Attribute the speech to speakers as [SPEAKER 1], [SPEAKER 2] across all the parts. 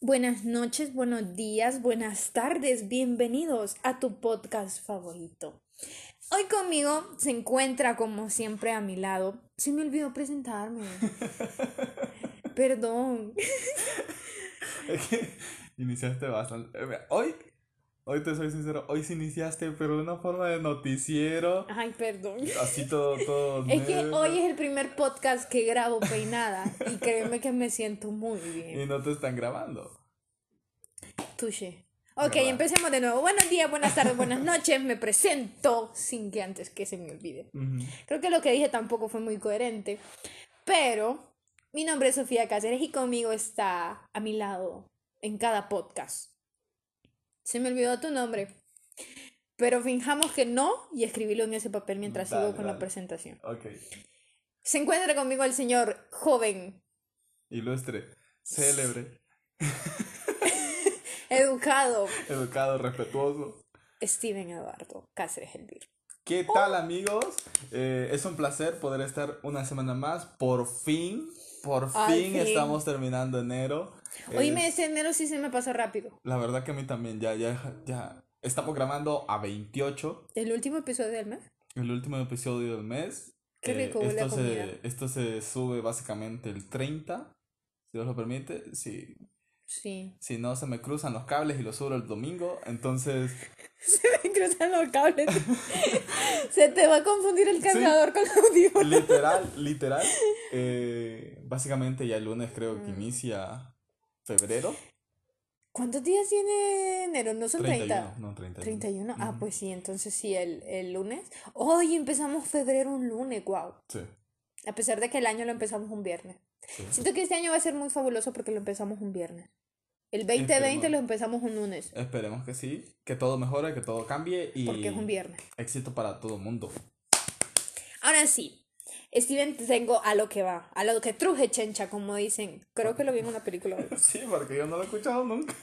[SPEAKER 1] Buenas noches, buenos días, buenas tardes, bienvenidos a tu podcast favorito. Hoy conmigo se encuentra, como siempre, a mi lado. Se me olvidó presentarme. Perdón.
[SPEAKER 2] Es que iniciaste bastante. eh, Hoy, hoy te soy sincero, hoy sí iniciaste, pero de una forma de noticiero.
[SPEAKER 1] Ay, perdón.
[SPEAKER 2] Así todo, todo.
[SPEAKER 1] Es que
[SPEAKER 2] negro,
[SPEAKER 1] hoy es el primer podcast que grabo peinada y créeme que me siento muy bien.
[SPEAKER 2] Y no te están grabando.
[SPEAKER 1] Touché. Ok,
[SPEAKER 2] ¿Verdad?
[SPEAKER 1] empecemos de nuevo. Buenos días, buenas tardes, buenas noches. Me presento sin que antes que se me olvide.
[SPEAKER 2] Ujú.
[SPEAKER 1] Creo que lo que dije tampoco fue muy coherente. Pero mi nombre es Sofía Cáceres y conmigo está a mi lado en cada podcast. Se me olvidó tu nombre. Pero fijamos que no y escribílo en ese papel mientras
[SPEAKER 2] Dale,
[SPEAKER 1] sigo con la
[SPEAKER 2] dale.
[SPEAKER 1] presentación.
[SPEAKER 2] Ok.
[SPEAKER 1] Se encuentra conmigo el señor joven,
[SPEAKER 2] Ilustre, célebre,
[SPEAKER 1] educado,
[SPEAKER 2] educado, respetuoso.
[SPEAKER 1] Steven Eduardo Cáceres Elvir.
[SPEAKER 2] ¿Qué tal, amigos? Eh, es un placer poder estar una semana más. Por fin, por
[SPEAKER 1] Al
[SPEAKER 2] fin,
[SPEAKER 1] fin.
[SPEAKER 2] estamos terminando enero.
[SPEAKER 1] Hoy
[SPEAKER 2] Es-
[SPEAKER 1] me ese enero sí se me pasó rápido.
[SPEAKER 2] La verdad que a mí también, ya, ya, ya. Estamos grabando a 28,
[SPEAKER 1] El último episodio del mes.
[SPEAKER 2] el último episodio del mes.
[SPEAKER 1] Qué
[SPEAKER 2] Eh,
[SPEAKER 1] rico huele a
[SPEAKER 2] esto,
[SPEAKER 1] comida.
[SPEAKER 2] se, esto se sube básicamente el 30, si Dios lo permite. Si,
[SPEAKER 1] Sí.
[SPEAKER 2] si no, se me cruzan los cables y lo subo el domingo. Entonces,
[SPEAKER 1] Se me cruzan los cables. Se te va a confundir el cargador con el audífono.
[SPEAKER 2] literal, literal. eh, básicamente ya el lunes creo que
[SPEAKER 1] Mm.
[SPEAKER 2] inicia febrero.
[SPEAKER 1] ¿Cuántos días tiene enero? No son
[SPEAKER 2] 31,
[SPEAKER 1] 30.
[SPEAKER 2] no, 31.
[SPEAKER 1] 31. Ah,
[SPEAKER 2] Ujú.
[SPEAKER 1] pues sí, entonces sí, el, el lunes. Hoy empezamos febrero un lunes, wow.
[SPEAKER 2] Sí,
[SPEAKER 1] A pesar de que el año lo empezamos un viernes.
[SPEAKER 2] sí.
[SPEAKER 1] Siento que este año va a ser muy fabuloso porque lo empezamos un viernes. El 2020
[SPEAKER 2] Esperemos.
[SPEAKER 1] lo empezamos un lunes,
[SPEAKER 2] Esperemos que sí, que todo mejore, que todo cambie y
[SPEAKER 1] porque es un viernes.
[SPEAKER 2] éxito para todo el mundo.
[SPEAKER 1] Ahora sí, Steven, tengo a lo que va, a lo que truje chencha, como dicen. Creo que lo vi en una película. hoy.
[SPEAKER 2] Sí, porque yo no lo he escuchado nunca.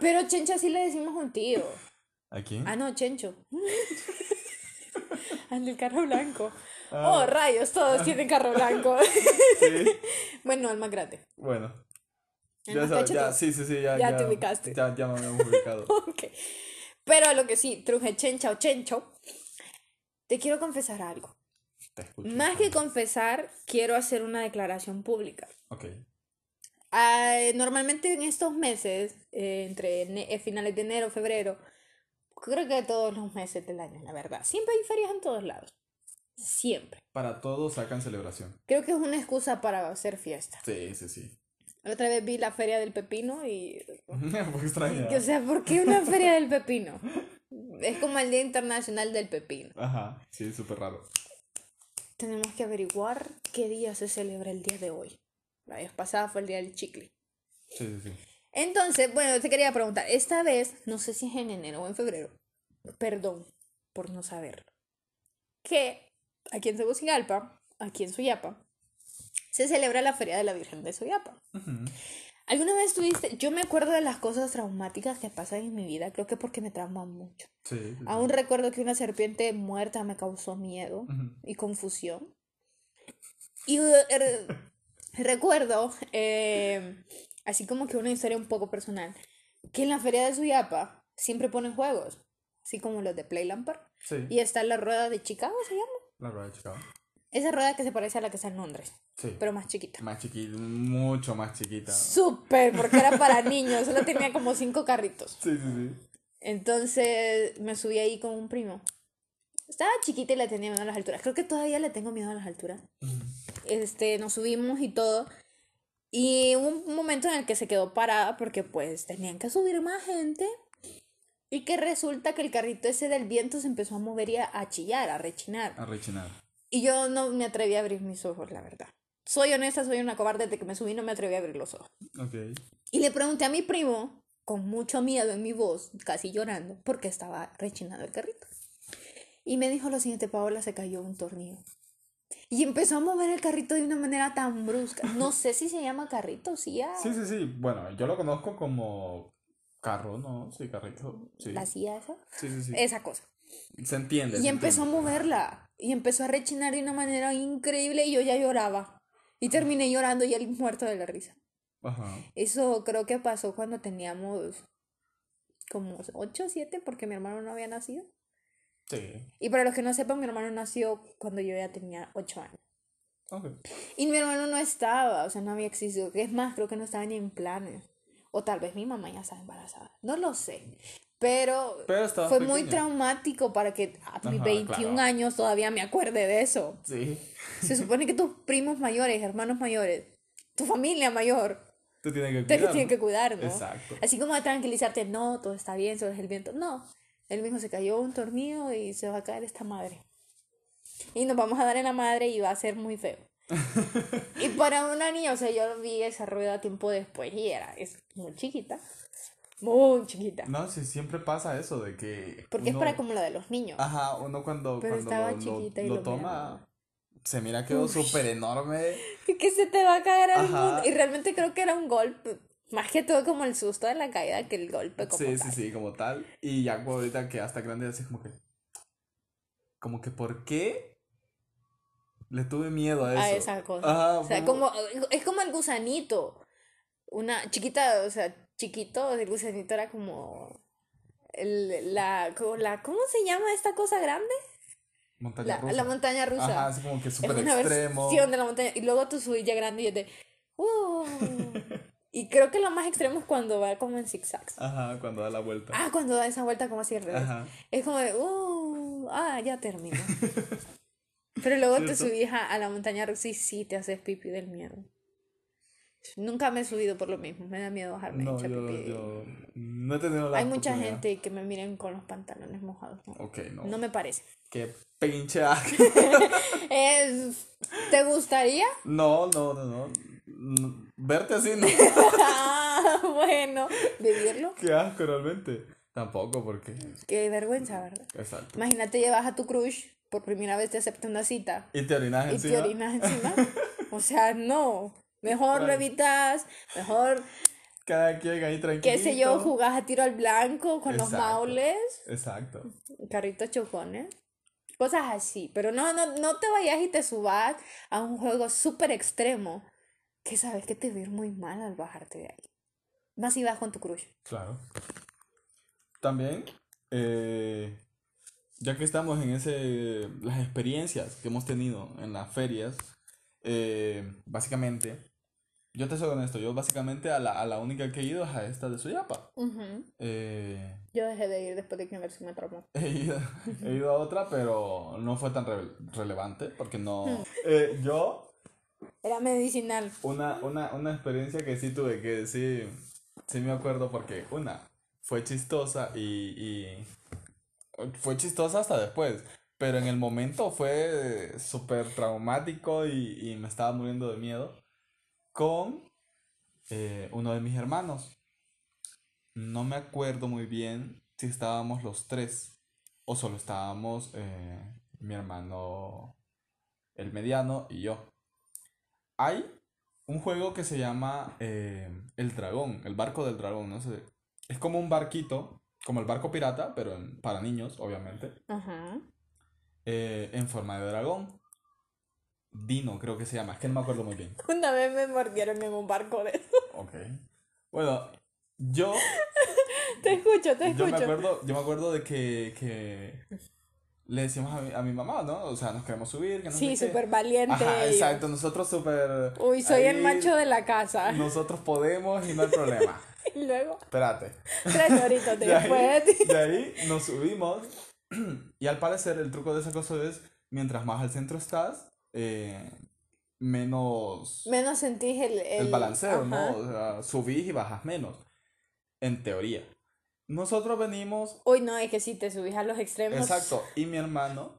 [SPEAKER 1] Pero chencha sí le decimos un tío.
[SPEAKER 2] ¿A quién?
[SPEAKER 1] Ah, no, Chencho. Al del carro blanco.
[SPEAKER 2] Ah.
[SPEAKER 1] Oh, rayos, todos tienen carro blanco.
[SPEAKER 2] Sí.
[SPEAKER 1] bueno, al más grande.
[SPEAKER 2] Bueno,
[SPEAKER 1] Al
[SPEAKER 2] ya
[SPEAKER 1] más
[SPEAKER 2] sabes,
[SPEAKER 1] cachete.
[SPEAKER 2] ya, sí, sí, sí, ya.
[SPEAKER 1] Ya te ubicaste.
[SPEAKER 2] Ya, ya me habíamos ubicado.
[SPEAKER 1] Ok. Pero a lo que sí, truje Chencha o Chencho, te quiero confesar algo.
[SPEAKER 2] Te escucho.
[SPEAKER 1] Más que confesar, quiero hacer una declaración pública.
[SPEAKER 2] Ok.
[SPEAKER 1] Ah, normalmente en estos meses, eh, entre ene- eh, finales de enero, febrero, creo que todos los meses del año, la verdad. Siempre hay ferias en todos lados. Siempre.
[SPEAKER 2] Para todos sacan celebración.
[SPEAKER 1] Creo que es una excusa para hacer fiesta.
[SPEAKER 2] Sí, sí, sí.
[SPEAKER 1] La otra vez vi la feria del pepino y...
[SPEAKER 2] Fue extraña.
[SPEAKER 1] O sea, ¿por qué una feria del pepino? Es como el Día Internacional del Pepino.
[SPEAKER 2] Ajá, sí, súper raro.
[SPEAKER 1] Tenemos que averiguar qué día se celebra el día de hoy. La vez pasada fue el Día del Chicle.
[SPEAKER 2] Sí, sí, sí.
[SPEAKER 1] Entonces, bueno, te quería preguntar, esta vez, no sé si es en enero o en febrero, perdón por no saber, que aquí en Tegucigalpa, aquí en Suyapa, se celebra la Feria de la Virgen de Suyapa.
[SPEAKER 2] Ujú.
[SPEAKER 1] ¿Alguna vez tuviste? Yo me acuerdo de las cosas traumáticas que pasan en mi vida, creo que porque me trauman mucho.
[SPEAKER 2] Sí, sí, sí.
[SPEAKER 1] Aún recuerdo que una serpiente muerta me causó miedo
[SPEAKER 2] Ujú.
[SPEAKER 1] y confusión. Y eh, re- recuerdo, eh, así como que una historia un poco personal, que en la feria de Suyapa siempre ponen juegos, así como los de Playland Park.
[SPEAKER 2] Sí,
[SPEAKER 1] Y está la rueda de Chicago, se llama.
[SPEAKER 2] la verdad, Chicago.
[SPEAKER 1] Esa rueda que se parece a la que está en Londres,
[SPEAKER 2] Sí.
[SPEAKER 1] pero más chiquita.
[SPEAKER 2] Más chiquita, mucho más chiquita. Sí,
[SPEAKER 1] Súper, porque era para niños, solo tenía como cinco carritos.
[SPEAKER 2] sí, sí.
[SPEAKER 1] Entonces me subí ahí con un primo. Estaba chiquita y le tenía miedo a las alturas. Creo que todavía le tengo miedo a las alturas. Este, nos subimos y todo. Y hubo un momento en el que se quedó parada porque pues tenían que subir más gente. Y que resulta que el carrito ese del viento se empezó a mover y a, a chillar, a rechinar.
[SPEAKER 2] A rechinar.
[SPEAKER 1] Y yo no me atreví a abrir mis ojos, la verdad. Soy honesta, soy una cobarde. Desde que me subí no me atreví a abrir los ojos.
[SPEAKER 2] Ok.
[SPEAKER 1] Y le pregunté a mi primo, con mucho miedo en mi voz, casi llorando, porque estaba rechinado el carrito. Y me dijo lo siguiente, Paola, se cayó un tornillo. Y empezó a mover el carrito de una manera tan brusca. No sé si se llama carrito, sí, ya.
[SPEAKER 2] Sí, sí, sí. Bueno, yo lo conozco como carro, ¿no? Sí, carrito. Sí,
[SPEAKER 1] La silla esa.
[SPEAKER 2] sí, sí. sí.
[SPEAKER 1] Esa cosa.
[SPEAKER 2] Se entiende.
[SPEAKER 1] Y
[SPEAKER 2] se
[SPEAKER 1] empezó a
[SPEAKER 2] entiende.
[SPEAKER 1] moverla. Y empezó a rechinar de una manera increíble y yo ya lloraba. Y terminé llorando y él muerto de la risa.
[SPEAKER 2] Ajá.
[SPEAKER 1] Eso creo que pasó cuando teníamos como 8 o 7 porque mi hermano no había nacido.
[SPEAKER 2] Sí.
[SPEAKER 1] Y para los que no sepan, mi hermano nació cuando yo ya tenía 8 años.
[SPEAKER 2] Ok.
[SPEAKER 1] Y mi hermano no estaba, o sea, no había existido. Es más, creo que no estaba ni en planes. O tal vez mi mamá ya estaba embarazada. No lo sé. Pero,
[SPEAKER 2] Pero estaba
[SPEAKER 1] fue muy
[SPEAKER 2] pequeño.
[SPEAKER 1] traumático para que a mis
[SPEAKER 2] Ajá,
[SPEAKER 1] 21
[SPEAKER 2] claro.
[SPEAKER 1] años todavía me acuerde de eso.
[SPEAKER 2] Sí.
[SPEAKER 1] Se supone que tus primos mayores, hermanos mayores, tu familia mayor,
[SPEAKER 2] Te tiene que
[SPEAKER 1] te
[SPEAKER 2] cuidar.
[SPEAKER 1] tiene que cuidar, ¿no?
[SPEAKER 2] Exacto.
[SPEAKER 1] Así como a tranquilizarte, no, todo está bien, solo es el viento. No, él mismo se cayó un tornillo y se va a caer esta madre. Y nos vamos a dar en la madre y va a ser muy feo. y para una niña, o sea, yo vi esa rueda tiempo después y era es muy chiquita. Muy chiquita.
[SPEAKER 2] No, sí, siempre pasa eso de que.
[SPEAKER 1] Porque es
[SPEAKER 2] uno-
[SPEAKER 1] para como la de los niños.
[SPEAKER 2] Ajá, uno cuando,
[SPEAKER 1] Pero
[SPEAKER 2] cuando
[SPEAKER 1] estaba
[SPEAKER 2] lo, lo-
[SPEAKER 1] chiquita y
[SPEAKER 2] lo
[SPEAKER 1] lo
[SPEAKER 2] toma, se mira quedó súper enorme.
[SPEAKER 1] que se te va a caer al
[SPEAKER 2] Ajá.
[SPEAKER 1] mundo. Y realmente creo que era un golpe. Más que todo como el susto de la caída que el golpe como
[SPEAKER 2] Sí, sí,
[SPEAKER 1] tal.
[SPEAKER 2] sí, como tal. Y ya como ahorita que hasta grande así como que... Como que ¿por qué le tuve miedo a eso?
[SPEAKER 1] a esa cosa.
[SPEAKER 2] Ajá,
[SPEAKER 1] o sea,
[SPEAKER 2] fue
[SPEAKER 1] como, es como el gusanito. Una chiquita, o sea, chiquito, el gusanito era como... el- la, como la, ¿Cómo se llama esta cosa grande?
[SPEAKER 2] Montaña
[SPEAKER 1] La,
[SPEAKER 2] rusa.
[SPEAKER 1] la montaña rusa.
[SPEAKER 2] Ajá, así como que
[SPEAKER 1] es
[SPEAKER 2] súper
[SPEAKER 1] una
[SPEAKER 2] extremo.
[SPEAKER 1] versión de la montaña. Y luego tú subís ya grande y es de... "Uh". y creo que lo más extremo es cuando va como en zigzags.
[SPEAKER 2] Ajá, cuando da la vuelta.
[SPEAKER 1] Ah, cuando da esa vuelta como así al revés.
[SPEAKER 2] Ajá.
[SPEAKER 1] Es como de, uh, ah, ya terminó. Pero luego te
[SPEAKER 2] ¿Cierto?
[SPEAKER 1] subís a, a la montaña rusa y sí te haces pipí del miedo. Nunca me he subido por lo mismo, me da miedo bajarme y
[SPEAKER 2] No,
[SPEAKER 1] echar
[SPEAKER 2] yo,
[SPEAKER 1] pipí.
[SPEAKER 2] yo no he tenido la
[SPEAKER 1] Hay mucha
[SPEAKER 2] oportunidad.
[SPEAKER 1] gente que me miren con los pantalones mojados. No,
[SPEAKER 2] Ok, no.
[SPEAKER 1] No me parece.
[SPEAKER 2] Qué pinche asco.
[SPEAKER 1] Es- ¿Te gustaría?
[SPEAKER 2] No, no, no, no. Mm, Verte así no.
[SPEAKER 1] Ah, bueno, vivirlo.
[SPEAKER 2] Qué asco realmente. Tampoco porque...
[SPEAKER 1] Qué vergüenza, ¿verdad?
[SPEAKER 2] Exacto.
[SPEAKER 1] Imagínate llevas a tu crush, por primera vez te acepta una cita.
[SPEAKER 2] Y te orinas
[SPEAKER 1] y
[SPEAKER 2] encima.
[SPEAKER 1] te orinas encima. O sea, no. Mejor lo
[SPEAKER 2] Claro.
[SPEAKER 1] evitas, mejor,
[SPEAKER 2] Cada quien ahí tranquilo.
[SPEAKER 1] qué sé yo, jugás a tiro al blanco con los
[SPEAKER 2] Exacto.
[SPEAKER 1] maules,
[SPEAKER 2] Exacto.
[SPEAKER 1] carritos chocones, cosas así. Pero no, no, no te vayas y te subas a un juego súper extremo que sabes que te va a ir muy mal al bajarte de ahí. Más si vas con tu crush.
[SPEAKER 2] Claro. También, eh, ya que estamos en ese, las experiencias que hemos tenido en las ferias, eh, básicamente, yo te soy honesto, yo básicamente a la, a la única que he ido es a esta de Suyapa. Eh,
[SPEAKER 1] Yo dejé de ir después de que Nelson me traumó.
[SPEAKER 2] he, ido, he ido a otra, pero no fue tan re- relevante porque no... Eh, yo
[SPEAKER 1] Era medicinal.
[SPEAKER 2] Una, una, una experiencia que sí tuve que sí, sí me acuerdo porque una fue chistosa y, y fue chistosa hasta después, pero en el momento fue súper traumático y, y me estaba muriendo de miedo con eh, uno de mis hermanos. No me acuerdo muy bien si estábamos los tres o solo estábamos eh, mi hermano, el mediano y yo. Hay un juego que se llama eh, El Dragón, el barco del dragón, no sé. Es como un barquito, como el barco pirata, pero en- para niños, obviamente,
[SPEAKER 1] Ajá.
[SPEAKER 2] eh, en forma de dragón. Dino, creo que se llama, es que no me acuerdo muy bien.
[SPEAKER 1] Una vez me mordieron en un barco de
[SPEAKER 2] Ok. Bueno, yo,
[SPEAKER 1] Te escucho, te
[SPEAKER 2] yo, me,
[SPEAKER 1] escucho.
[SPEAKER 2] acuerdo, yo me acuerdo de que, que le decíamos a mi, a mi mamá, ¿no? O sea, nos queremos subir, que no
[SPEAKER 1] Sí,
[SPEAKER 2] sé qué.
[SPEAKER 1] súper valiente.
[SPEAKER 2] Ajá,
[SPEAKER 1] ellos.
[SPEAKER 2] exacto, nosotros súper...
[SPEAKER 1] Uy, soy el
[SPEAKER 2] ahí,
[SPEAKER 1] macho de la casa.
[SPEAKER 2] Nosotros podemos y no hay problema.
[SPEAKER 1] Y luego,
[SPEAKER 2] Espérate.
[SPEAKER 1] tres horitas
[SPEAKER 2] De ahí,
[SPEAKER 1] después.
[SPEAKER 2] de ahí nos subimos. Y al parecer, el truco de esa cosa es: mientras más al centro estás, eh, menos
[SPEAKER 1] Menos sentís el,
[SPEAKER 2] el,
[SPEAKER 1] el,
[SPEAKER 2] balanceo, ¿no?
[SPEAKER 1] ajá.
[SPEAKER 2] O sea, subís y bajas menos. En teoría. Nosotros venimos.
[SPEAKER 1] Uy, no, es que si te subís a los extremos.
[SPEAKER 2] Exacto. Y mi hermano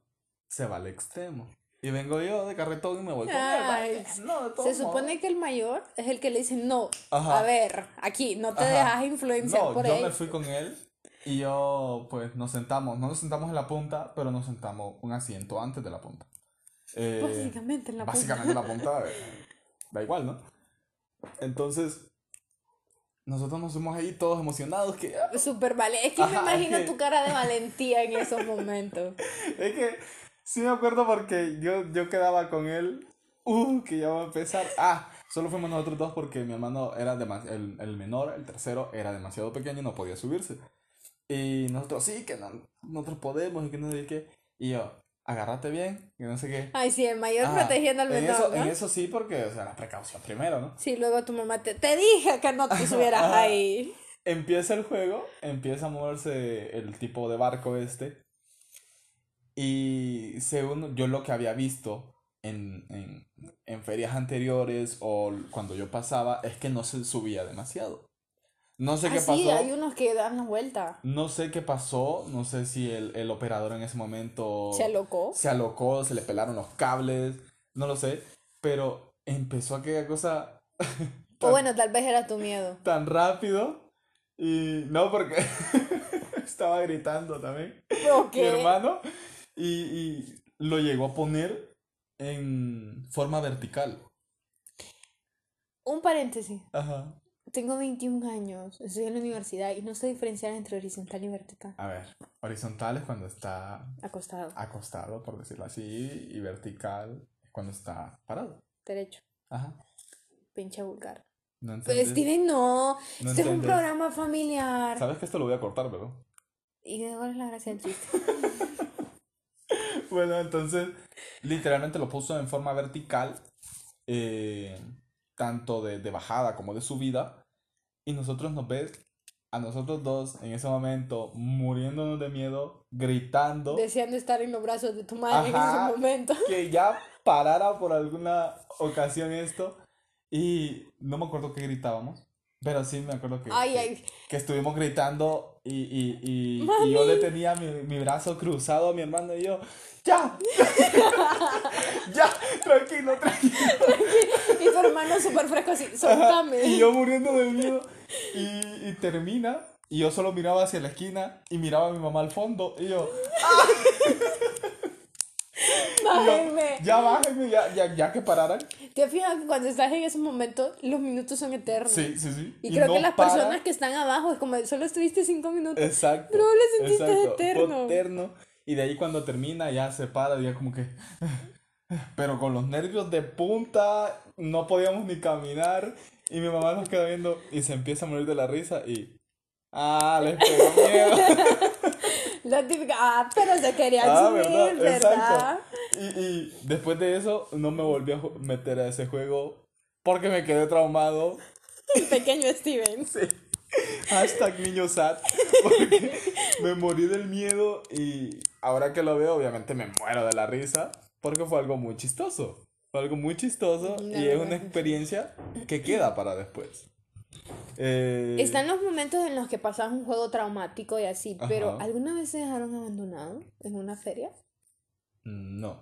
[SPEAKER 2] se va al extremo. Y vengo yo de carretón y me voy con él.
[SPEAKER 1] Ay,
[SPEAKER 2] vaya, No, de todos
[SPEAKER 1] Se
[SPEAKER 2] modos.
[SPEAKER 1] supone que el mayor es el que le dice, no,
[SPEAKER 2] Ajá.
[SPEAKER 1] a ver, aquí, no te
[SPEAKER 2] Ajá.
[SPEAKER 1] dejas influenciar
[SPEAKER 2] No,
[SPEAKER 1] por
[SPEAKER 2] yo
[SPEAKER 1] él.
[SPEAKER 2] me fui con él y yo, pues, nos sentamos. No nos sentamos en la punta, pero nos sentamos un asiento antes de la punta. Eh,
[SPEAKER 1] Básicamente en la
[SPEAKER 2] básicamente la punta, eh, da igual, ¿no? Entonces, nosotros nos fuimos ahí todos emocionados. Que, ah,
[SPEAKER 1] punta. Súper valiente. Es que
[SPEAKER 2] Ajá,
[SPEAKER 1] me imagino
[SPEAKER 2] es que-
[SPEAKER 1] tu cara de valentía en esos momentos.
[SPEAKER 2] es que sí me acuerdo porque yo, yo quedaba con él. Uh, que ya va a empezar. Ah, Solo fuimos nosotros dos porque mi hermano era demas- el, el menor, el tercero, era demasiado pequeño y no podía subirse. Y nosotros, sí, que no- nosotros podemos y que no sé qué. Y yo, agárrate bien, que no sé qué.
[SPEAKER 1] Ay, sí, el mayor
[SPEAKER 2] Ajá,
[SPEAKER 1] protegiendo al
[SPEAKER 2] en
[SPEAKER 1] menor,
[SPEAKER 2] eso,
[SPEAKER 1] ¿no?
[SPEAKER 2] en eso sí, porque, o sea, la precaución primero, ¿no?
[SPEAKER 1] Sí, luego tu mamá te, te dije que no te subieras
[SPEAKER 2] Ajá.
[SPEAKER 1] ahí.
[SPEAKER 2] Empieza el juego, empieza a moverse el tipo de barco este. Y según yo lo que había visto en, en, en ferias anteriores o cuando yo pasaba, es que no se subía demasiado. No sé
[SPEAKER 1] Ah,
[SPEAKER 2] qué
[SPEAKER 1] sí,
[SPEAKER 2] pasó.
[SPEAKER 1] hay unos que dan la vuelta.
[SPEAKER 2] No sé qué pasó. No sé si el, el operador en ese momento
[SPEAKER 1] Se alocó.
[SPEAKER 2] se alocó, se le pelaron los cables, no lo sé. Pero empezó aquella cosa
[SPEAKER 1] O bueno, tal vez era tu miedo.
[SPEAKER 2] tan rápido y no porque estaba gritando también
[SPEAKER 1] ¿Pero
[SPEAKER 2] mi
[SPEAKER 1] qué?
[SPEAKER 2] hermano y, y lo llegó a poner en forma vertical.
[SPEAKER 1] Un paréntesis.
[SPEAKER 2] Ajá.
[SPEAKER 1] Tengo 21 años, estoy en la universidad y no sé diferenciar entre horizontal y vertical.
[SPEAKER 2] A ver, horizontal es cuando está
[SPEAKER 1] Acostado,
[SPEAKER 2] acostado, por decirlo así, y vertical es cuando está parado.
[SPEAKER 1] derecho,
[SPEAKER 2] Ajá.
[SPEAKER 1] pinche vulgar.
[SPEAKER 2] No
[SPEAKER 1] Pues
[SPEAKER 2] entendés.
[SPEAKER 1] Steven, no.
[SPEAKER 2] No
[SPEAKER 1] este es un
[SPEAKER 2] entendés.
[SPEAKER 1] programa familiar.
[SPEAKER 2] Sabes que esto lo voy a cortar, ¿verdad?
[SPEAKER 1] Y de cuál es la gracia del chiste.
[SPEAKER 2] Bueno, entonces, literalmente lo puso en forma vertical, eh, tanto de, de bajada como de subida, y nosotros nos ves a nosotros dos en ese momento muriéndonos de miedo, gritando
[SPEAKER 1] Deseando estar en los brazos de tu madre en
[SPEAKER 2] Ajá.
[SPEAKER 1] ese momento.
[SPEAKER 2] que ya parara por alguna ocasión esto, y no me acuerdo qué gritábamos, pero sí me acuerdo que,
[SPEAKER 1] Ay,
[SPEAKER 2] que,
[SPEAKER 1] ay.
[SPEAKER 2] que estuvimos gritando y, y- y- y yo le tenía mi, mi brazo cruzado a mi hermano y yo, ya, ya, tranquilo, tranquilo.
[SPEAKER 1] Y tu hermano súper fresco así, soltame.
[SPEAKER 2] Y yo muriendo de miedo. Y, y termina y yo solo miraba hacia la esquina y miraba a mi mamá al fondo y yo, y yo,
[SPEAKER 1] Bájenme.
[SPEAKER 2] ya bájenme, ya, ya, ya que pararan.
[SPEAKER 1] Te fijas que cuando estás en ese momento, los minutos son eternos.
[SPEAKER 2] Sí, sí, sí.
[SPEAKER 1] Y creo
[SPEAKER 2] no
[SPEAKER 1] que las
[SPEAKER 2] paran.
[SPEAKER 1] personas que están abajo es como solo estuviste cinco minutos.
[SPEAKER 2] Exacto.
[SPEAKER 1] Pero lo sentiste
[SPEAKER 2] exacto, fue
[SPEAKER 1] eterno.
[SPEAKER 2] eterno. Y de ahí cuando termina ya se para, ya como que... Pero con los nervios de punta, no podíamos ni caminar. Y mi mamá nos queda viendo y se empieza a morir de la risa y... Ah, les pegó miedo.
[SPEAKER 1] La típica, ah, pero se querían
[SPEAKER 2] ah,
[SPEAKER 1] subir,
[SPEAKER 2] ¿verdad?
[SPEAKER 1] ¿verdad?
[SPEAKER 2] Exacto. Y, y después de eso, no me volví a ju- meter a ese juego porque me quedé traumado.
[SPEAKER 1] El pequeño Steven.
[SPEAKER 2] Hashtag niño sad. Porque me morí del miedo y ahora que lo veo, obviamente me muero de la risa. Porque fue algo muy chistoso. Fue algo muy chistoso
[SPEAKER 1] La
[SPEAKER 2] y es
[SPEAKER 1] verdad
[SPEAKER 2] una
[SPEAKER 1] que sí.
[SPEAKER 2] experiencia que queda para después. Eh,
[SPEAKER 1] Están los momentos en los que pasas un juego traumático y así, pero
[SPEAKER 2] Ajá.
[SPEAKER 1] ¿alguna vez se dejaron abandonado en una feria?
[SPEAKER 2] No.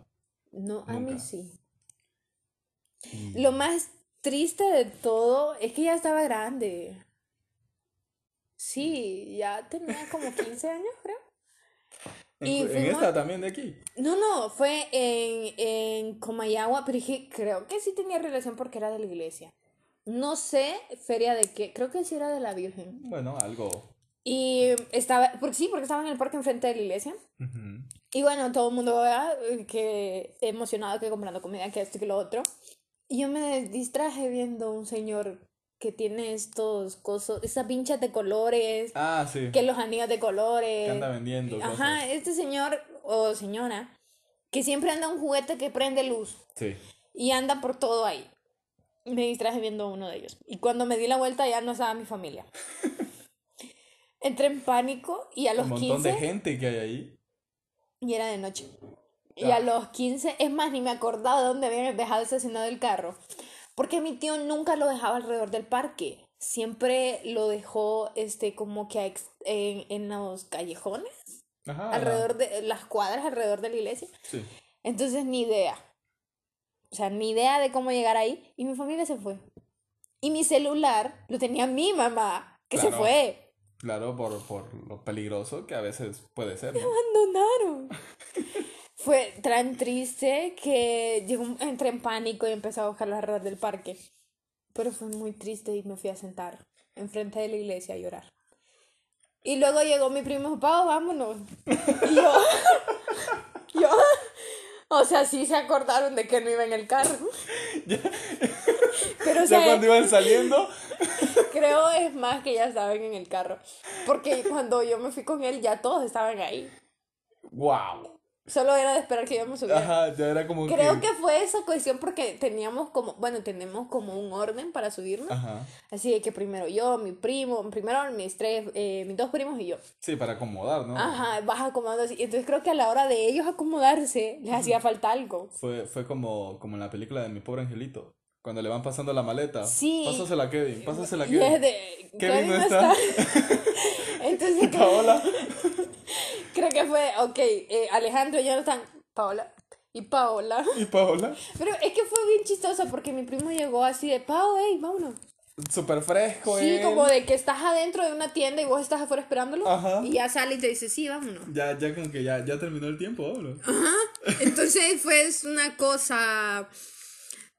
[SPEAKER 1] No, a mí
[SPEAKER 2] Nunca.
[SPEAKER 1] sí. Lo más triste de todo es que ya estaba grande. Sí, ya tenía como 15 años, creo.
[SPEAKER 2] En,
[SPEAKER 1] y
[SPEAKER 2] en
[SPEAKER 1] fuimos-
[SPEAKER 2] esta también de aquí.
[SPEAKER 1] No, no, fue en, en Comayagua, pero es que creo que sí tenía relación porque era de la iglesia. No sé, feria de qué, creo que sí era de la Virgen.
[SPEAKER 2] Bueno, algo.
[SPEAKER 1] Y estaba, porque sí, porque estaba en el parque enfrente de la iglesia.
[SPEAKER 2] Ujú.
[SPEAKER 1] Y bueno, todo el mundo ¿verdad? Eh, que emocionado que comprando comida, que esto y que lo otro. Y yo me distraje viendo un señor que tiene estos cosas, esas pinchas de colores,
[SPEAKER 2] Ah, sí.
[SPEAKER 1] que los anillos de
[SPEAKER 2] Que
[SPEAKER 1] colores.
[SPEAKER 2] anda vendiendo.
[SPEAKER 1] Ajá,
[SPEAKER 2] cosas.
[SPEAKER 1] este señor o señora que siempre anda un juguete que prende luz
[SPEAKER 2] Sí.
[SPEAKER 1] y anda por todo ahí. Me distraje viendo uno de ellos. Y cuando me di la vuelta ya no estaba mi familia. Entré en pánico y a los
[SPEAKER 2] Un montón
[SPEAKER 1] 15
[SPEAKER 2] de gente que hay ahí.
[SPEAKER 1] y era de noche. Y
[SPEAKER 2] Ah.
[SPEAKER 1] a los 15, es más, ni me acordaba de dónde habían dejado estacionado el carro. Porque mi tío nunca lo dejaba alrededor del parque. Siempre lo dejó este, como que a ex- en, en los callejones,
[SPEAKER 2] Ajá. la-
[SPEAKER 1] alrededor de las cuadras, alrededor de la iglesia.
[SPEAKER 2] Sí.
[SPEAKER 1] Entonces, ni idea. O sea, ni idea de cómo llegar ahí. Y mi familia se fue. Y mi celular lo tenía mi mamá, que se
[SPEAKER 2] Claro.
[SPEAKER 1] fue.
[SPEAKER 2] Claro, por, por lo peligroso que a veces puede ser, ¿no?
[SPEAKER 1] abandonaron. Fue tan triste que llegó, un- entré en pánico y empecé a buscar las ruedas del parque. Pero fue muy triste y me fui a sentar enfrente de la iglesia a llorar. Y luego llegó mi primo, Pau, vámonos. Y yo, yo, o sea, sí se acordaron de que no iba en el carro. Pero o
[SPEAKER 2] Ya
[SPEAKER 1] sea,
[SPEAKER 2] cuando iban saliendo,
[SPEAKER 1] creo es más que ya estaban en el carro. Porque cuando yo me fui con él ya todos estaban ahí.
[SPEAKER 2] wow.
[SPEAKER 1] Solo era de esperar que yo me subiera.
[SPEAKER 2] Ajá, ya era como
[SPEAKER 1] Creo que fue esa cuestión porque teníamos como, bueno, tenemos como un orden para subirnos.
[SPEAKER 2] Ajá.
[SPEAKER 1] Así de que primero yo, mi primo, primero mis tres, eh, mis dos primos y yo.
[SPEAKER 2] Sí, para acomodar, ¿no?
[SPEAKER 1] Ajá, vas acomodando así. Entonces creo que a la hora de ellos acomodarse les hacía falta algo.
[SPEAKER 2] Fue, fue como, como en la película de Mi Pobre Angelito. Cuando le van pasando la maleta.
[SPEAKER 1] Sí.
[SPEAKER 2] Pásasela a Kevin, pásasela a
[SPEAKER 1] Y es
[SPEAKER 2] Kevin.
[SPEAKER 1] de,
[SPEAKER 2] Kevin
[SPEAKER 1] Kevin
[SPEAKER 2] no
[SPEAKER 1] no
[SPEAKER 2] está.
[SPEAKER 1] está. Entonces
[SPEAKER 2] Paola.
[SPEAKER 1] creo que fue, ok, eh, Alejandro y yo no están, Paola y Paola.
[SPEAKER 2] Y Paola,
[SPEAKER 1] Pero es que fue bien chistoso porque mi primo llegó así de, Pao, hey, vámonos.
[SPEAKER 2] súper fresco,
[SPEAKER 1] Sí,
[SPEAKER 2] él.
[SPEAKER 1] como de que estás adentro de una tienda y vos estás afuera esperándolo.
[SPEAKER 2] Ajá.
[SPEAKER 1] Y ya sale y te dice, sí, vámonos.
[SPEAKER 2] Ya, ya como que ya, ya terminó el tiempo, hablo.
[SPEAKER 1] Entonces fue es una cosa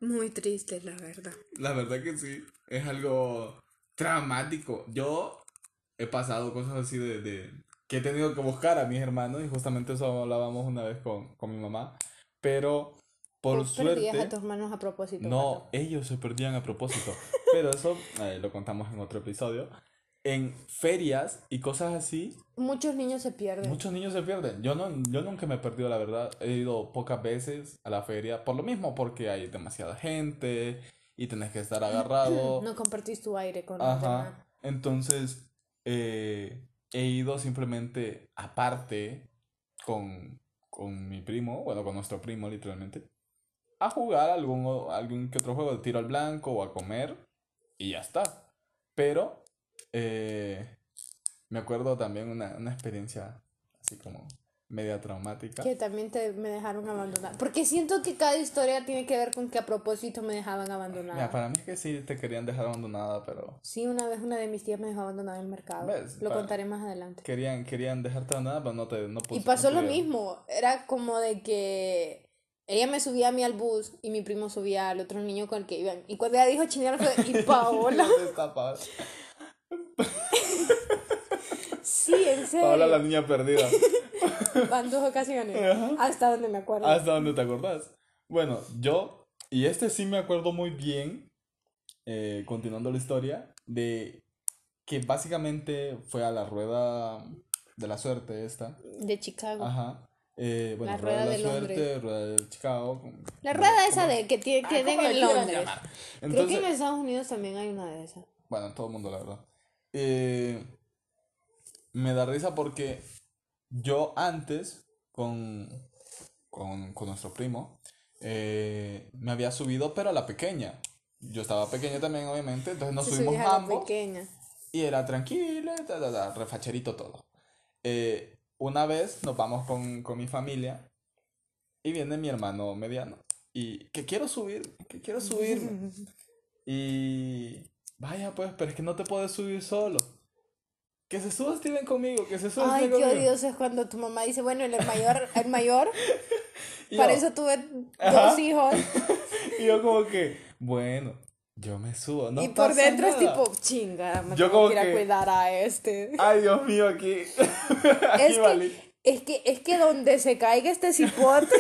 [SPEAKER 1] muy triste, la verdad.
[SPEAKER 2] La verdad que sí, es algo dramático. Yo he pasado cosas así de, de- que he tenido que buscar a mis hermanos y justamente eso hablábamos una vez con, con mi mamá. Pero por
[SPEAKER 1] Vos perdías
[SPEAKER 2] suerte,
[SPEAKER 1] a tus hermanos a propósito.
[SPEAKER 2] no,
[SPEAKER 1] Pato.
[SPEAKER 2] ellos se perdían a propósito. Pero eso eh, lo contamos en otro episodio. En ferias y cosas así,
[SPEAKER 1] Muchos niños se pierden.
[SPEAKER 2] Muchos niños se pierden. Yo, no, yo nunca me he perdido, la verdad. He ido pocas veces a la feria por lo mismo, porque hay demasiada gente y tenés que estar agarrado.
[SPEAKER 1] No compartís tu aire con los demás.
[SPEAKER 2] Ajá. Entonces, eh, he ido simplemente aparte con, con mi primo, bueno, con nuestro primo literalmente, a jugar algún, o- algún que otro juego de tiro al blanco o a comer y ya está. Pero, eh, me acuerdo también una, una experiencia así como media traumática.
[SPEAKER 1] Que también te, me dejaron abandonar. Porque siento que cada historia tiene que ver con que a propósito me dejaban
[SPEAKER 2] Mira,
[SPEAKER 1] abandonada.
[SPEAKER 2] para mí es que sí te querían dejar abandonada, pero
[SPEAKER 1] Sí, una vez una de mis tías me dejó abandonada en el mercado.
[SPEAKER 2] ¿Ves?
[SPEAKER 1] Lo
[SPEAKER 2] Pa-
[SPEAKER 1] contaré más adelante.
[SPEAKER 2] querían, querían dejarte abandonada, pero no te no
[SPEAKER 1] Y
[SPEAKER 2] pus- no
[SPEAKER 1] pasó lo
[SPEAKER 2] pudieron.
[SPEAKER 1] mismo, era como de que ella me subía a mí al bus y mi primo subía al otro niño con el que iban. Y cuando ella dijo chinear fue, y Paola.
[SPEAKER 2] ¿Dónde está Paola?
[SPEAKER 1] sí, en
[SPEAKER 2] Paola la
[SPEAKER 1] serio.
[SPEAKER 2] niña perdida.
[SPEAKER 1] Van dos ocasiones.
[SPEAKER 2] Ajá.
[SPEAKER 1] Hasta donde me acuerdo.
[SPEAKER 2] ¿Hasta dónde te acordás? Bueno, yo, y este sí me acuerdo muy bien, eh, continuando la historia, de que básicamente fue a la rueda de la suerte esta.
[SPEAKER 1] De Chicago.
[SPEAKER 2] Ajá. Eh, bueno,
[SPEAKER 1] La
[SPEAKER 2] rueda,
[SPEAKER 1] rueda
[SPEAKER 2] de la
[SPEAKER 1] de
[SPEAKER 2] suerte, rueda de Chicago. con-
[SPEAKER 1] La rueda esa
[SPEAKER 2] ¿cómo?
[SPEAKER 1] de que tiene que
[SPEAKER 2] Ah,
[SPEAKER 1] den
[SPEAKER 2] ¿cómo le
[SPEAKER 1] en
[SPEAKER 2] quieran
[SPEAKER 1] Londres.
[SPEAKER 2] llamar?
[SPEAKER 1] Creo que
[SPEAKER 2] Entonces,
[SPEAKER 1] en Estados Unidos también hay una de esas.
[SPEAKER 2] Bueno, en todo el mundo, la verdad. Eh, me da risa porque yo antes, con, con, con nuestro primo, eh, me había subido, pero a la pequeña. Yo estaba pequeña también, obviamente, entonces nos
[SPEAKER 1] Se
[SPEAKER 2] subimos
[SPEAKER 1] subía a la
[SPEAKER 2] ambos
[SPEAKER 1] pequeña.
[SPEAKER 2] y era tranquilo, ta, ta, ta, refacherito todo. Eh, una vez nos vamos con, con mi familia y viene mi hermano mediano y que quiero subir, que quiero subirme. Y vaya pues, pero es que no te puedes subir solo. Que se suba Steven conmigo, que se suba
[SPEAKER 1] Ay,
[SPEAKER 2] Steven
[SPEAKER 1] qué
[SPEAKER 2] conmigo.
[SPEAKER 1] odioso es cuando tu mamá dice, bueno, el mayor, el mayor,
[SPEAKER 2] Y
[SPEAKER 1] para
[SPEAKER 2] yo-
[SPEAKER 1] eso tuve
[SPEAKER 2] Ajá.
[SPEAKER 1] dos hijos.
[SPEAKER 2] Y yo como que, bueno, yo me subo, no
[SPEAKER 1] y por
[SPEAKER 2] pasa
[SPEAKER 1] dentro es
[SPEAKER 2] nada.
[SPEAKER 1] tipo, chinga, me
[SPEAKER 2] Yo
[SPEAKER 1] tengo
[SPEAKER 2] como
[SPEAKER 1] que ir
[SPEAKER 2] que-
[SPEAKER 1] a cuidar a este.
[SPEAKER 2] Ay, Dios mío, aquí. aquí
[SPEAKER 1] Es
[SPEAKER 2] valí.
[SPEAKER 1] que, es, que, es que donde se caiga este cipote,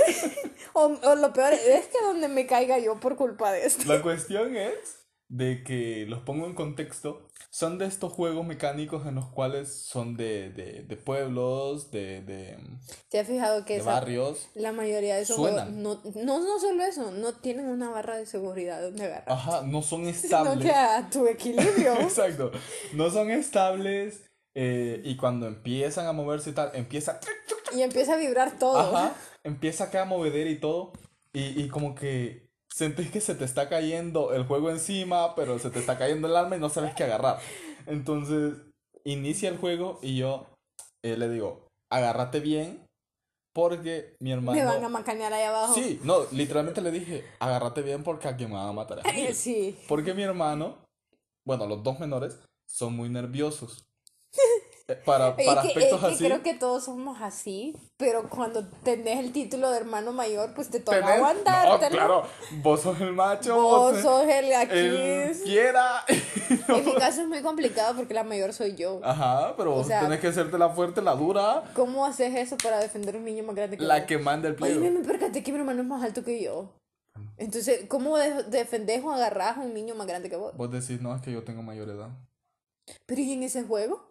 [SPEAKER 1] o, o lo peor, es que donde me caiga yo por culpa de este.
[SPEAKER 2] La cuestión es de que los pongo en contexto. Son de estos juegos mecánicos en los cuales son de, de, de pueblos, de, de,
[SPEAKER 1] ¿Te has fijado que
[SPEAKER 2] de
[SPEAKER 1] esa-
[SPEAKER 2] barrios.
[SPEAKER 1] la mayoría de esos juegos,
[SPEAKER 2] Suenan.
[SPEAKER 1] no, no, no solo eso, no tienen una barra de seguridad donde agarrar,
[SPEAKER 2] Ajá, no son
[SPEAKER 1] sino
[SPEAKER 2] estables.
[SPEAKER 1] que a tu equilibrio.
[SPEAKER 2] Exacto. No son estables. eh, y cuando empiezan a moverse y tal, empieza.
[SPEAKER 1] y empieza a vibrar todo.
[SPEAKER 2] Ajá. Empieza acá a movedera y todo. Y, y como que sentís que se te está cayendo el juego encima, pero se te está cayendo el arma y no sabes qué agarrar. Entonces, inicia el juego y yo eh, le digo, agárrate bien. Porque mi hermano.
[SPEAKER 1] Me van a macanear ahí abajo.
[SPEAKER 2] Sí, no, literalmente le dije, agárrate bien porque a quien me van a matar. es a mí".
[SPEAKER 1] Sí.
[SPEAKER 2] Porque mi hermano, bueno, los dos menores, son muy nerviosos. Eh, Para,
[SPEAKER 1] Oye,
[SPEAKER 2] para
[SPEAKER 1] es que,
[SPEAKER 2] aspectos
[SPEAKER 1] es que
[SPEAKER 2] así,
[SPEAKER 1] creo que todos somos así, pero cuando tenés el título de hermano mayor, pues te toca
[SPEAKER 2] tenés- no,
[SPEAKER 1] aguantártelo.
[SPEAKER 2] claro, vos sos el macho,
[SPEAKER 1] Vos
[SPEAKER 2] eh,
[SPEAKER 1] sos el aquí.
[SPEAKER 2] el fiera.
[SPEAKER 1] En mi caso es muy complicado porque la mayor soy yo.
[SPEAKER 2] Ajá, pero vos
[SPEAKER 1] sea-
[SPEAKER 2] tenés que hacerte la fuerte, la dura,
[SPEAKER 1] ¿Cómo haces eso para defender a un niño más grande que
[SPEAKER 2] la
[SPEAKER 1] vos?
[SPEAKER 2] que manda el
[SPEAKER 1] Oye,
[SPEAKER 2] pedo.
[SPEAKER 1] me percaté que mi hermano es más alto que yo. Entonces, ¿cómo de- defendés o agarrás a un niño más grande que vos?
[SPEAKER 2] Vos decís, no, es que yo tengo mayor edad.
[SPEAKER 1] Pero ¿y en ese juego?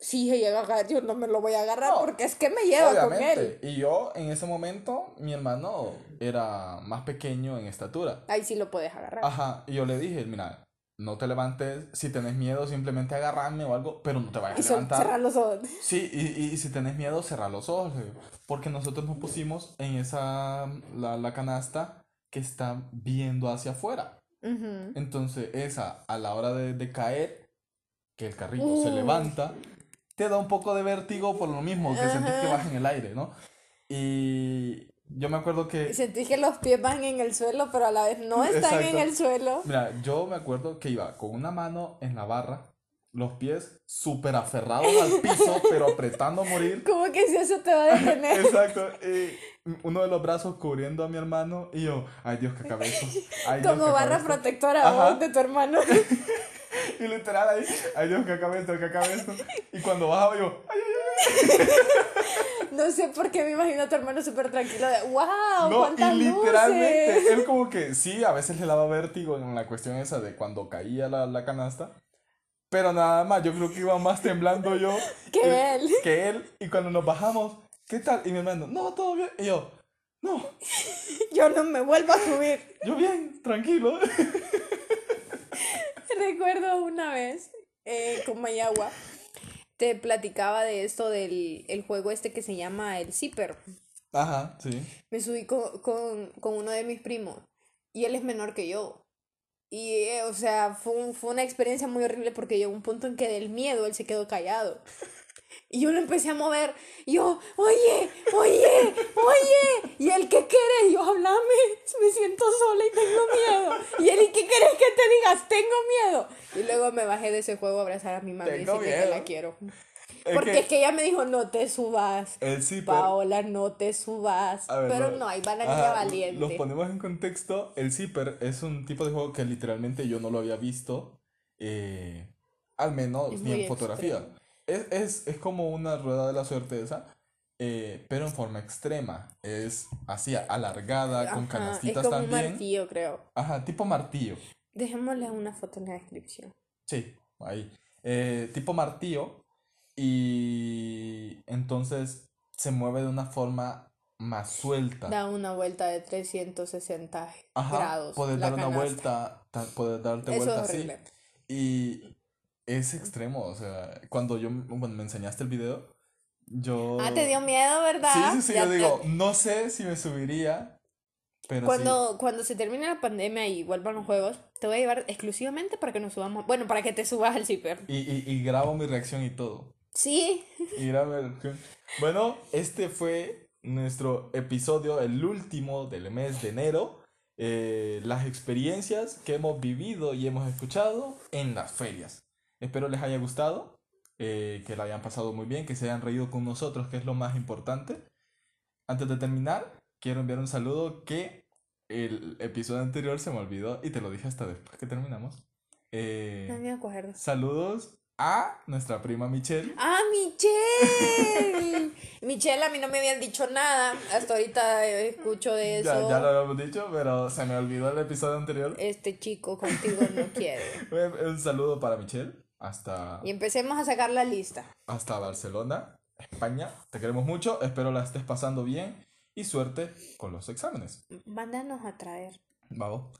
[SPEAKER 1] Si se llega a agarrar, yo no me lo voy a agarrar
[SPEAKER 2] No,
[SPEAKER 1] porque es que me lleva con él.
[SPEAKER 2] Obviamente. Y yo, en ese momento, mi hermano era más pequeño en estatura.
[SPEAKER 1] Ahí sí lo puedes agarrar.
[SPEAKER 2] Ajá, y yo le dije, mira, no te levantes, si tenés miedo, simplemente agarrame o algo, pero no te
[SPEAKER 1] y
[SPEAKER 2] vayas a
[SPEAKER 1] son-
[SPEAKER 2] levantar.
[SPEAKER 1] cerrar los ojos.
[SPEAKER 2] Sí, y, y- y si tenés miedo, cerrar los ojos, le digo, porque nosotros nos pusimos en esa, mm, la, la canasta que está viendo hacia afuera.
[SPEAKER 1] Ujú.
[SPEAKER 2] Entonces, esa, a la hora de, de caer, que el carrito se
[SPEAKER 1] Mm.
[SPEAKER 2] levanta, te da un poco de vértigo por lo mismo, que sentís que
[SPEAKER 1] Ajá.
[SPEAKER 2] vas en el aire, ¿no? Y yo me acuerdo que...
[SPEAKER 1] Y Sentís que los pies van en el suelo, pero a la vez no están en
[SPEAKER 2] Exacto.
[SPEAKER 1] el suelo.
[SPEAKER 2] Mira, yo me acuerdo que iba con una mano en la barra, los pies súper aferrados al piso, pero apretando a morir.
[SPEAKER 1] ¿Cómo que si eso te va a detener?
[SPEAKER 2] Exacto. Y uno de los brazos cubriendo a mi hermano y yo, ay Dios, qué cabeza. Ay, Dios,
[SPEAKER 1] Como
[SPEAKER 2] qué
[SPEAKER 1] barra
[SPEAKER 2] cabeza".
[SPEAKER 1] protectora
[SPEAKER 2] Ajá.
[SPEAKER 1] vos de tu hermano.
[SPEAKER 2] Y literal ahí, ay Dios, qué cabeza, qué cabeza. Y cuando bajaba yo, ay, ay,
[SPEAKER 1] No sé por qué me imagino a tu hermano súper tranquilo de ¡Wow!
[SPEAKER 2] ay". No,
[SPEAKER 1] Ah, ¡Cuántas
[SPEAKER 2] y literalmente
[SPEAKER 1] luces!
[SPEAKER 2] él como que sí, a veces le daba vértigo en la cuestión esa de cuando caía la, la canasta. Pero nada más, yo creo que iba más temblando yo.
[SPEAKER 1] Que
[SPEAKER 2] y-
[SPEAKER 1] él.
[SPEAKER 2] que él. Y cuando nos bajamos, ¿qué tal? Y mi hermano, no, todo bien. Y yo, no,
[SPEAKER 1] Yo no me vuelvo a subir.
[SPEAKER 2] yo bien, tranquilo.
[SPEAKER 1] Recuerdo una vez eh, con Mayagua, te platicaba de esto del el juego este que se llama el zipper.
[SPEAKER 2] Ajá, sí.
[SPEAKER 1] Me subí con, con, con uno de mis primos y él es menor que yo. Y, eh, o sea, fue, un- fue una experiencia muy horrible porque llegó un punto en que del miedo él se quedó callado. Y yo lo empecé a mover. Y yo, oye, oye, oye. Y él, ¿qué quieres? Y yo, háblame. Me siento sola y tengo miedo. Y él, ¿y qué quieres que te digas? Tengo miedo. Y luego me bajé de ese juego a abrazar a mi mamá y
[SPEAKER 2] Tengo
[SPEAKER 1] decirle que
[SPEAKER 2] miedo.
[SPEAKER 1] la quiero.
[SPEAKER 2] Es
[SPEAKER 1] Porque
[SPEAKER 2] que
[SPEAKER 1] es que ella me dijo, no te subas.
[SPEAKER 2] el zipper.
[SPEAKER 1] Paola, no te subas.
[SPEAKER 2] a ver,
[SPEAKER 1] Pero
[SPEAKER 2] lo-
[SPEAKER 1] no, ahí va la niña
[SPEAKER 2] ajá,
[SPEAKER 1] valiente.
[SPEAKER 2] Los ponemos en contexto. El zipper es un tipo de juego que literalmente yo no lo había visto. eh, al menos
[SPEAKER 1] Es
[SPEAKER 2] ni
[SPEAKER 1] muy
[SPEAKER 2] en fotografía.
[SPEAKER 1] extremo.
[SPEAKER 2] Es, es, es como una rueda de la suerte esa. eh, pero en forma extrema. Es así, alargada, ah,
[SPEAKER 1] Ajá,
[SPEAKER 2] con
[SPEAKER 1] es
[SPEAKER 2] canastitas
[SPEAKER 1] como un
[SPEAKER 2] también.
[SPEAKER 1] martillo, creo.
[SPEAKER 2] Ajá, tipo martillo.
[SPEAKER 1] Dejémosle una foto en la descripción.
[SPEAKER 2] Sí, ahí. Eh, tipo martillo. Y entonces se mueve de una forma más suelta.
[SPEAKER 1] Da una vuelta de 360
[SPEAKER 2] Ajá,
[SPEAKER 1] grados.
[SPEAKER 2] Puedes
[SPEAKER 1] la
[SPEAKER 2] dar una
[SPEAKER 1] canasta.
[SPEAKER 2] vuelta, ta- puedes darte
[SPEAKER 1] Eso
[SPEAKER 2] vuelta
[SPEAKER 1] es
[SPEAKER 2] así.
[SPEAKER 1] horrible.
[SPEAKER 2] Y es extremo. O sea, cuando yo cuando me enseñaste el video, yo.
[SPEAKER 1] Ah, te dio miedo, ¿verdad?
[SPEAKER 2] Sí, sí, sí,
[SPEAKER 1] Ya
[SPEAKER 2] yo
[SPEAKER 1] te-
[SPEAKER 2] digo, no sé si me subiría, pero sí.
[SPEAKER 1] Cuando, cuando se termine la pandemia y vuelvan los juegos, te voy a llevar exclusivamente para que nos subamos. Bueno, para que te subas al zipper.
[SPEAKER 2] Y, y, y grabo mi reacción y todo.
[SPEAKER 1] Sí,
[SPEAKER 2] Y era ver- Bueno, este fue nuestro episodio, el último del mes de enero. Eh, las experiencias que hemos vivido y hemos escuchado en las ferias. Espero les haya gustado, eh, que la hayan pasado muy bien, que se hayan reído con nosotros, que es lo más importante. Antes de terminar, quiero enviar un saludo que el episodio anterior se me olvidó y te lo dije hasta después que terminamos. Eh,
[SPEAKER 1] no me acuerdo.
[SPEAKER 2] saludos a nuestra prima Michelle.
[SPEAKER 1] ¡Ah, Michelle! Michelle, a mí no me habían dicho nada. Hasta ahorita eh, escucho de
[SPEAKER 2] Ya,
[SPEAKER 1] eso.
[SPEAKER 2] ya lo habíamos dicho, pero se me olvidó el episodio anterior.
[SPEAKER 1] Este chico contigo no quiere.
[SPEAKER 2] Un un saludo para Michelle, hasta,
[SPEAKER 1] Y empecemos a sacar la lista.
[SPEAKER 2] hasta Barcelona, España. Te queremos mucho, espero la estés pasando bien y suerte con los exámenes.
[SPEAKER 1] Mándanos a traer.
[SPEAKER 2] Vamos.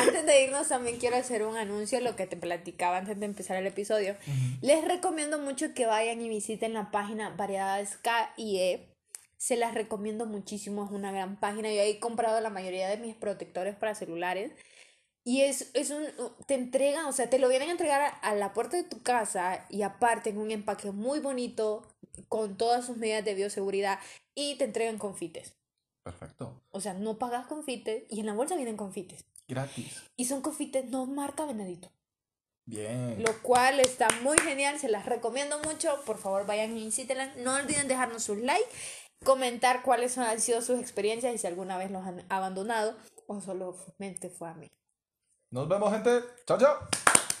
[SPEAKER 1] Antes de irnos también quiero hacer un anuncio, lo que te platicaba antes de empezar el episodio. Les recomiendo mucho que vayan y visiten la página Variedades KIE. Se las recomiendo muchísimo, es una gran página. Yo ahí he comprado la mayoría de mis protectores para celulares. Y es, es un, te entregan, o sea, te lo vienen a entregar a, a la puerta de tu casa y aparte en un empaque muy bonito, con todas sus medidas de bioseguridad y te entregan confites.
[SPEAKER 2] Perfecto.
[SPEAKER 1] O sea, no pagas confites y en la bolsa vienen confites.
[SPEAKER 2] Gratis.
[SPEAKER 1] Y son confites no marca Venadito.
[SPEAKER 2] Bien.
[SPEAKER 1] Lo cual está muy genial, se las recomiendo mucho. Por favor, vayan y visítenla. No olviden dejarnos sus likes, comentar cuáles son- han sido sus experiencias y si alguna vez los han abandonado o solamente fue a mí.
[SPEAKER 2] Nos vemos, gente. Chao, chao.